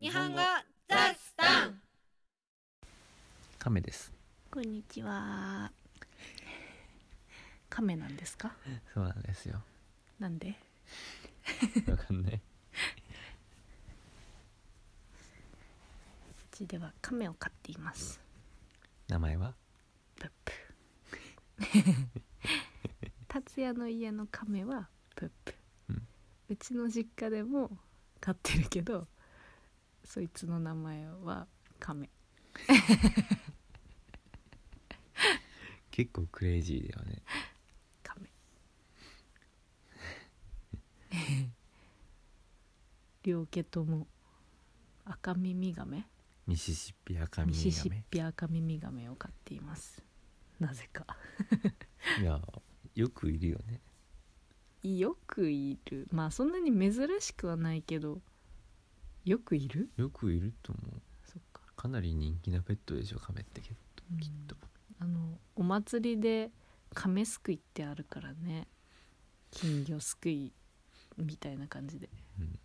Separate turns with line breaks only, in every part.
日本語ザスタン
カメです
こんにちは。カメなんですか？
そうなんですよ
なんで？
わかんないう
ちではカメを飼っています。
名前は
プップ。達也の家のカメはプップ。
うん
うちの実家でも飼ってるけど、そいつの名前はカメ。
結構クレイジーだよね
カ メ。両家とも赤耳ガメ。
ミシシッピ赤
ミ
ミ
シ
シ
シ
シ
ッピアカミミガメを飼っていますなぜか
いやよくいるよね
よくいるまあそんなに珍しくはないけどよくいる
よくいると思う
そっか
かなり人気なペットでしょカメってきっと
うん
きっと
あのお祭りで亀すくいってあるからね金魚すくいみたいな感じで
うん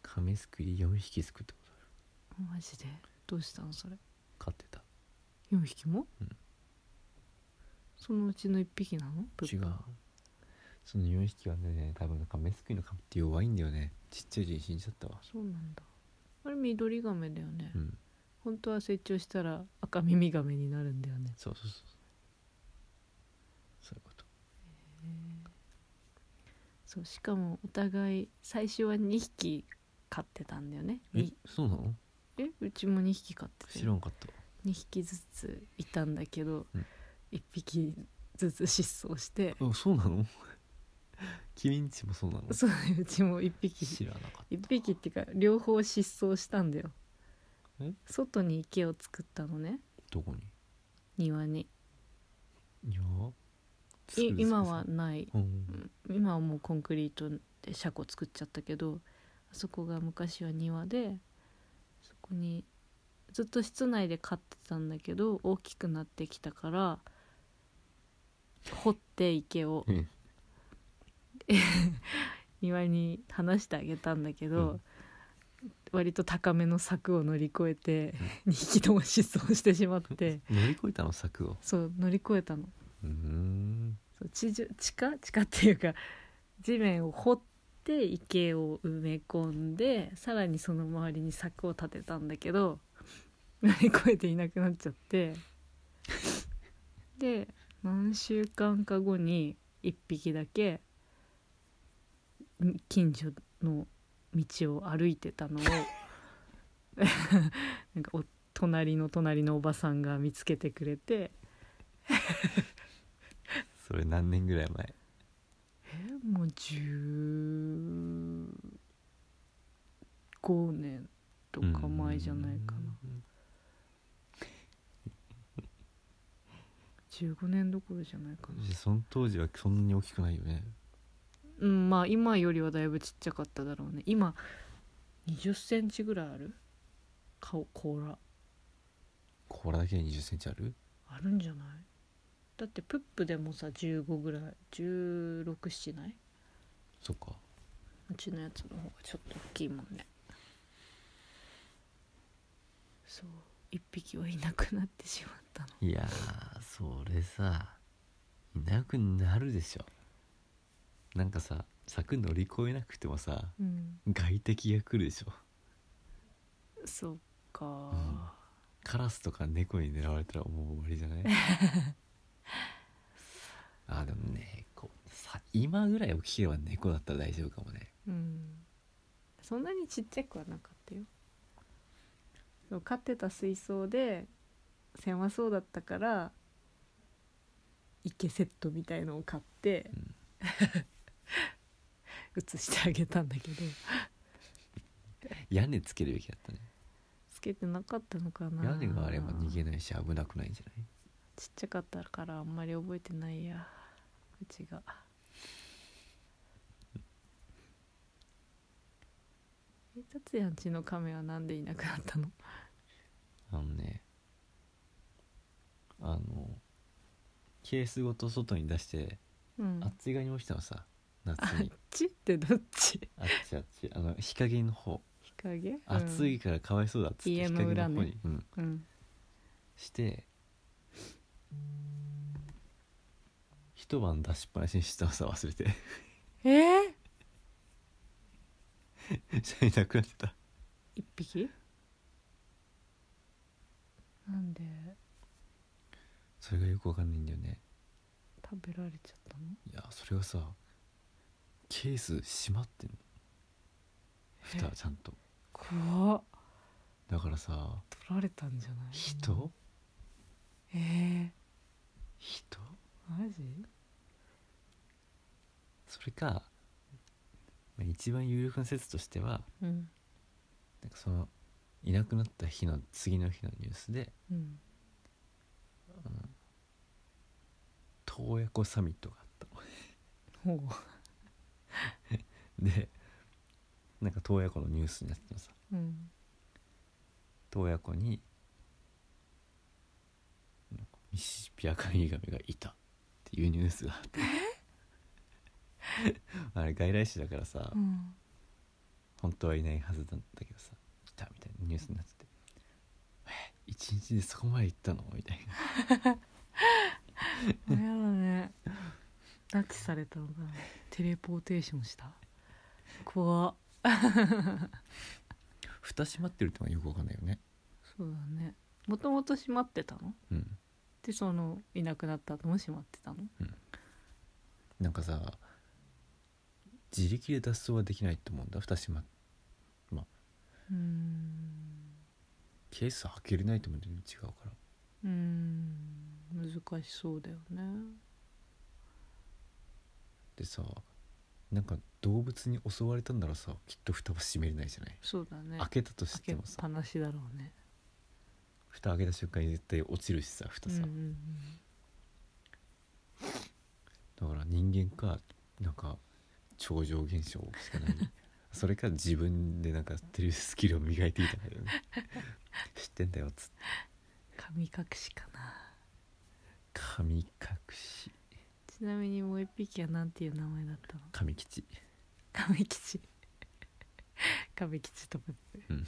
カメすくい4匹すくってことある
マジでどうしたのそれ
飼ってた
4匹も、
うん
そのうちの1匹なの
違うその4匹はね多分カメすくいのカメって弱いんだよねちっちゃい時に死んじゃったわ
そうなんだあれ緑ガメだよね、
うん
本当は成長したら赤耳ガメになるんだよね
そうそうそうそういうこと
そうしかもお互い最初は2匹飼ってたんだよね
え
に
そうなの
えうちも2匹飼って
知
て
らんかった
2匹ずついたんだけど、
うん
1匹ずつ失踪して
あそうなの 君んちもそうなの
そうだようちも1匹
知らなかった
1匹っていうか両方失踪したんだよ
え
外に池を作ったのね
どこに
庭に
いや
い今はない
うん
今はもうコンクリートで車庫作っちゃったけどあそこが昔は庭でそこにずっと室内で飼ってたんだけど大きくなってきたから掘って池を
うん
庭に放してあげたんだけ
う
ど
ん、
割と高めの柵を乗り越えて2匹 とも失踪してしまって
乗り越えたの柵を
そう乗り越えたの。
うーん
そう地上地下地下っていうか地面を掘って池を埋め込んでさらにその周りに柵を立てたんだけど乗り越えていなくなっちゃってで何週間か後に1匹だけん近所の道を歩いてたのを なんかお隣の隣のおばさんが見つけてくれて
それ何年ぐらい前
えもう15年とか前じゃないかな
うん
15年どころじゃないかな
じゃあその当時はそんなに大きくないよね
うんまあ今よりはだいぶちっちゃかっただろうね今2 0センチぐらいある顔甲羅
これだけで2 0ンチある
あるんじゃないだってプップでもさ15ぐらい16しないう
そっか
うちのやつの方がちょっと大きいもんねそう1匹はいなくなってしまったの
いやーそれさいなくなるでしょなんかさ柵乗り越えなくてもさ
うん
外敵が来るでしょ
そっか、
カラスとか猫に狙われたらもう終わりじゃない あでも猫さ今ぐらい起きれば猫だったら大丈夫かもね
うん、そんなにちっちゃくはなかったよそう飼ってた水槽で狭そうだったから池セットみたいのを買って
う ん、
移してあげたんだけど
屋根つけるべきだったね
つけてなかったのかな
屋根があれば逃げないし危なくないんじゃない
ちっちゃかったからあんまり覚えてないやうちがえ達也んちの亀はなんでいなくなったの
あのねあのケースごと外に出して、
うん
あっち側に落ちたのさ夏
あっ
に
ちってどっち
あっちあっちあの日陰の方
日影
暑い、からかわいそうだっつって
家
日
の
陰
裏
の方
ね
に、うん、
うんうん、
して一晩出しっぱなしにしてたのさ忘れて
えー、
じゃあいなくなってた
一匹なんで
それがよくわかんないんだよね
食べられちゃったの
いやそれがさケース閉まってんの蓋ちゃんと
怖っ
だからさ
取られたんじゃない
人
え
人
ー、マジ
それかまあ一番有力な説としては
うん
なんかそのいなくなった日の次の日のニュースで
うん
洞爺湖サミットがあったの
ほ う
でなんか洞爺湖のニュースになってたのさ
うん
洞爺湖になんかミシシッピアカミガメがいたっていうニュースがあって あれ外来種だからさ
うん
本当はいないはずなんだけどさいたみたいなニュースになってて「え一日でそこまで行ったの?」みたいな
やだね拉致されたのかなテレポーテーションした怖っ
蓋閉まってるってのがよくわかんないよね
そうだねもともと閉まってたの
うん
でそのいなくなった後も閉まってたの
なんかさ自力で脱走はできないと思うんだ蓋閉ま
うーん
ケース開けれないと思うんだよね違うから
うーん難しそうだよね
でさなんか動物に襲われたんならさきっと蓋は閉めれないじゃない、
そうだね
開けたとし
開
て
けっ
もさ
ぱなしだろうね
蓋開けた瞬間に絶対落ちるしさ蓋さ、
うんうん
だから人間かなんか超常現象しか ないそれか自分でなんかテレビスキルを磨いていたからね知ってんだよっつって
神隠しかな
神隠し
ちなみにもう一匹はなんていう名前だったの
神吉
亀吉亀吉とぶって、
うん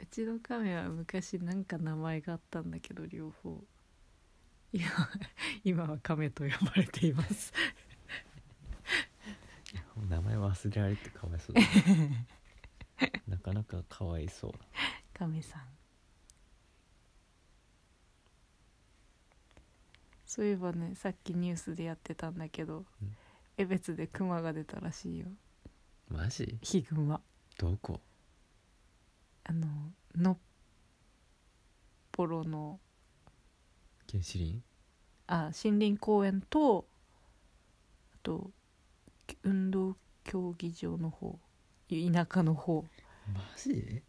うちの亀は昔なんか名前があったんだけど両方今は今は亀と呼ばれています
名前忘れられてかわいそうだね なかなかかわいそうな
亀さんそういえばねさっきニュースでやってたんだけど
うん
江別でクマが出たらしいよ
マジ
ヒグマ
どこ
あののっぽろの
原始林
あ森林公園とあと運動競技場の方田舎の方
マジ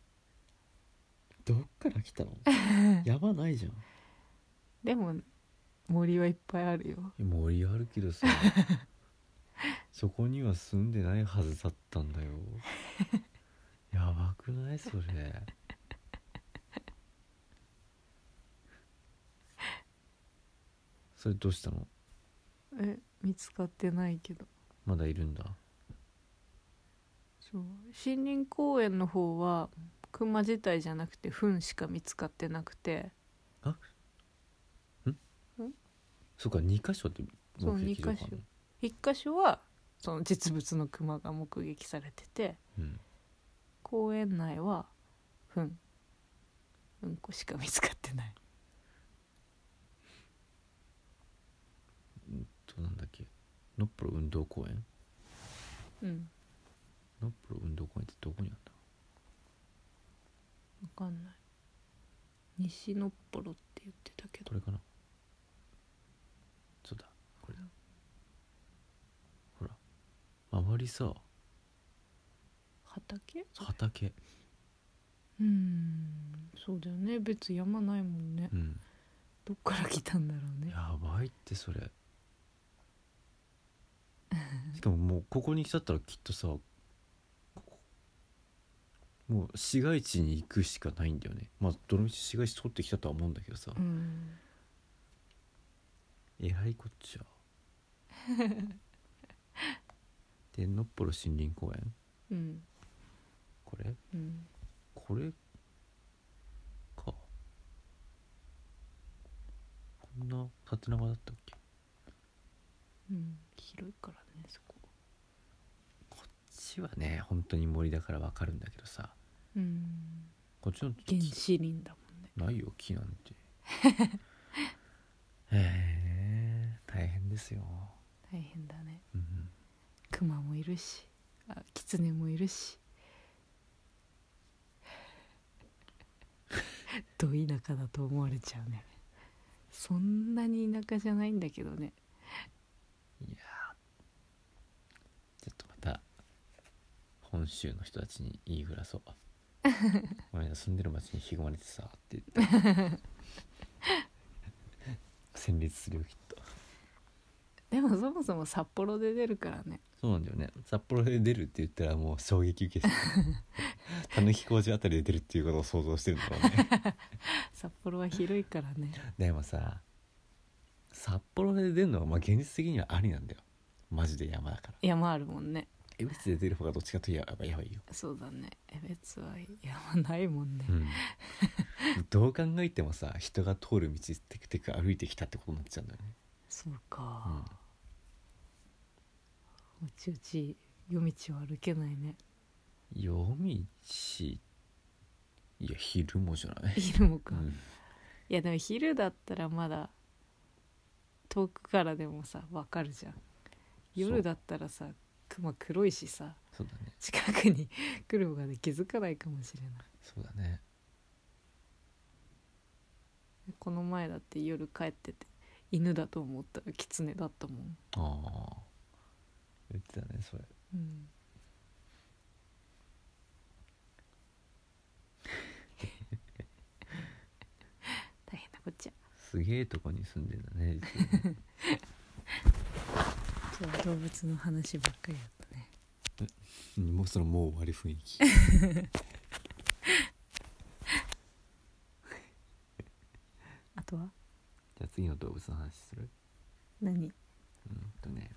どっから来た の山ないじゃん
でも森はいっぱいあるよ
森あるけど さそこには住んでないはずだったんだ よやばくないそれそれどうしたの
え見つかってないけど
まだいるんだ
そう森林公園の方は熊自体じゃなくて糞しか見つかってなくて
そっか2箇所って
そう
目撃情報ある
二箇所一箇所はその実物の熊が目撃されてて
うん
公園内は糞うんこしか見つかってない
どうなんだっけノップロ運動公園
うん
ノップロ運動公園ってどこにあった
わかんない西のっぽろって言ってたけど
これかなそうだこれだほら周りさ
畑
畑
うんそうだよね別に山ないもんね
うん
どっから来たんだろうね
やばいってそれしかももうここに来ちゃったらきっとさここもう市街地に行くしかないんだよねまあどの道市街地通ってきたとは思うんだけどさ、
うん
えらいこっちゃでのっぽろ森林公園
うん
これね
うん、
これかこんな縦長だったっけ
うん、広いからねそこ
こっちはね本当に森だからわかるんだけどさ
うん
こっちの
原始林だもんね
ないよ木なんてへえ大変ですよ、
大変だね
うん、
クマもいるしあキツネもいるし ど田舎だと思われちゃうねそんなに田舎じゃないんだけどね
いやーちょっとまた本州の人たちに言いふらそうお前ら住んでる町にひごまれてさって言って戦慄するよきっと
でもそもそも札幌で出るからね
そうなんだよね札幌で出るって言ったらもう衝撃受けて たぬき工事あたりで出るっていうことを想像してるんだろう ね
札幌は広いからね
でもさ札幌で出るのはまあ現実的にはありなんだよマジで山だから
山あるもんね
恵比寿で出る方がどっちかといえばやばいよ
そうだね江別は山ないもんね、
うんどう考えてもさ人が通る道テクテク歩いてきたってことになっちゃうんだよね、
そう
う
か
ん、、
うちうち夜道は歩けないね
夜道いや昼もじゃない、
昼も
う
か、
ん、
いやでも昼だったらまだ遠くからでもさわかるじゃん夜だったらさ熊黒いしさ
そうだね
近くに 来る方がね気づかないかもしれない
そうだね
この前だって夜帰ってて犬だと思ったら狐だったもん、
ああ言ってたねそれ
うん、大変なこっちゃ
すげえとこに住んでんだね実はね
今日は動物の話ばっかりだったね
うんもうそのもう終わり雰囲気
あとは
じゃあ次の動物の話する
何
うんとね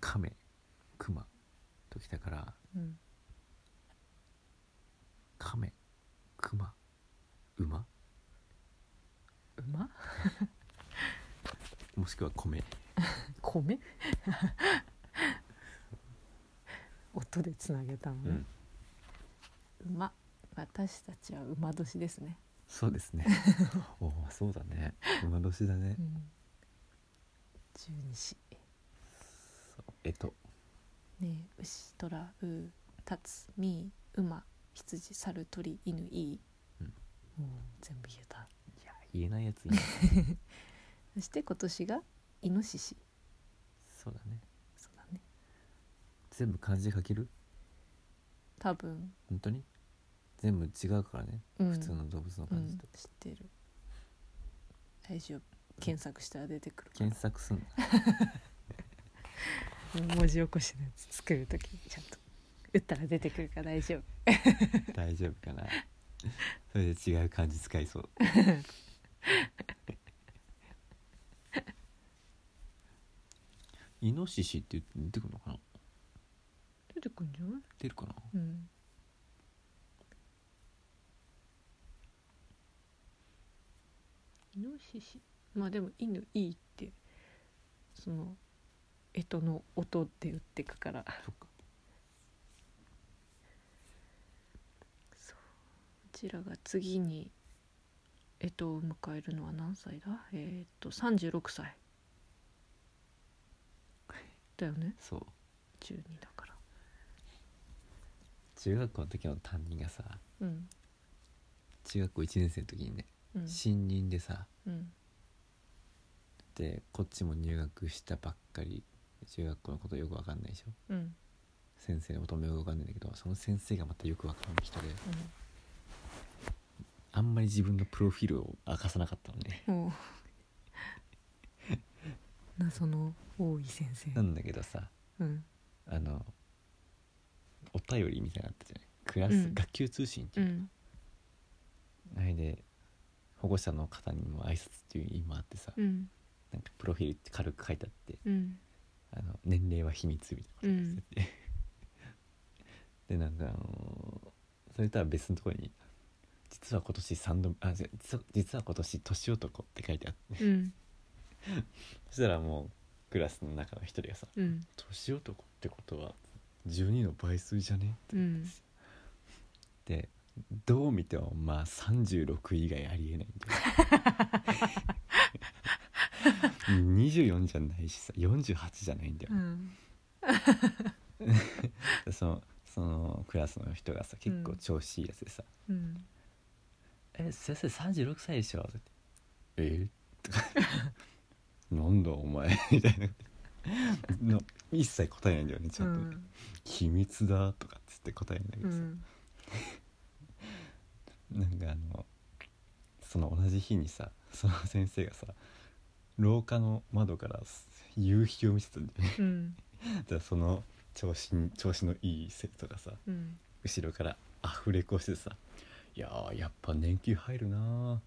カメクマときたから
うん
カメクマ馬
馬
もしくは米
米音でつなげたのね、馬私たちは馬年ですね、
そうですね おおそうだね馬年だね
うん、十二支
そうえと
ねえ牛虎うたつみ馬羊猿鳥犬いい、
うん
おー全部言えた
いや言えないやついない
そして今年がイノシシ
そうだね
そうだね
全部漢字で書ける
多分、
本当に全部違うからね、
うん、
普通の動物の漢字と、
うん、知ってる大丈夫検索したら出てくるから
検索すんな
文字起こしのやつ作るときにちゃんと打ったら出てくるから大丈夫
大丈夫かなそれで違う漢字使いそうイノシシって出てくるのかな
出てくるんじゃない
出るかな
うんイノシシまあでも「犬いい」ってその干支の音で打ってくから
そっか
うちらが次に干支を迎えるのは何歳だえーっと36歳だよね
そう
12だから
中学校の時の担任がさ
うん
中学校1年生の時にね、
うん
新任でさ
うん
でこっちも入学したばっかり中学校のことよくわかんないでしょ
うん
先生のこともよくわかんないんだけどその先生がまたよくわからん人であんまり自分のプロフィールを明かさなかったのね
うん もう謎の大井先生
なんだけどさ
うん
あのお便りみたいなのあったじゃないクラス、
うん
学級通信って
う
いうんあれで保護者の方にも挨拶っていう意味もあってさ、
うん
なんかプロフィールって軽く書いてあって
うん
あの年齢は秘密みたいなこと言ってて、 でなんかあのーそれとは別のところに「実は今年三度あじゃ実は実は今年年男」って書いてあって
うん
そしたらもうクラスの中の一人がさ
うん
「年男ってことは12の倍数じゃね?」って
う
言
ん
って、どう見てもまあ36以外ありえないんだよ24じゃないしさ48じゃないんだよ
う、ん
でそのそのクラスの人がさ結構調子いいやつでさ
うん
え先生36歳でしょ」って言ってえとか 「なん だお前」みたいなの一切答えないんだよねち
う
ゃんとね、
ん
秘密だ」とかっつって答えないんだけ
う
どさ、
ん
なんかあのその同じ日にさその先生がさ廊下の窓から夕日を見せたん だよね
うん
だからその調子に調子のいい生徒がさ
うん
後ろからアフレコしてさ「いやーやっぱ年季入るなー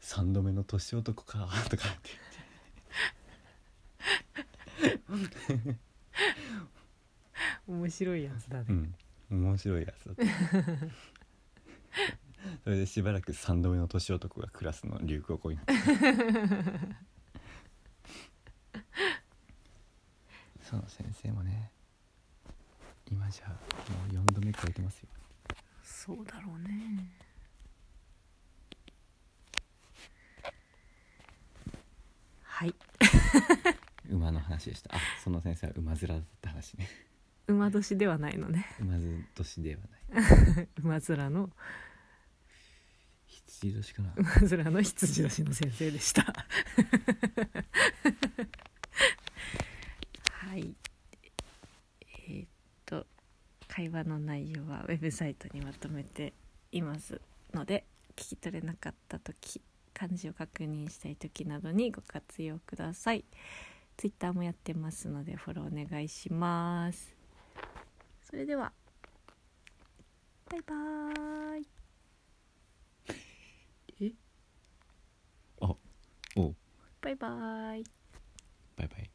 3度目の年男か」とかって
面白いやつだね
言って、うん、面白いやつだった それでしばらく3度目の年男がクラスの流行語になって その先生もね今じゃもう4度目超えてますよ
そうだろうねはい
馬の話でしたあその先生は馬面だった話ね
馬年ではないのね
馬面年ではない
馬面の
羊年かな
馬面の羊年の先生でした はいえーっと会話の内容はウェブサイトにまとめていますので聞き取れなかった時漢字を確認したい時などにご活用くださいツイッターもやってますのでフォローお願いしますそれではバイバーイ
おう
バイバーイ
バイバイ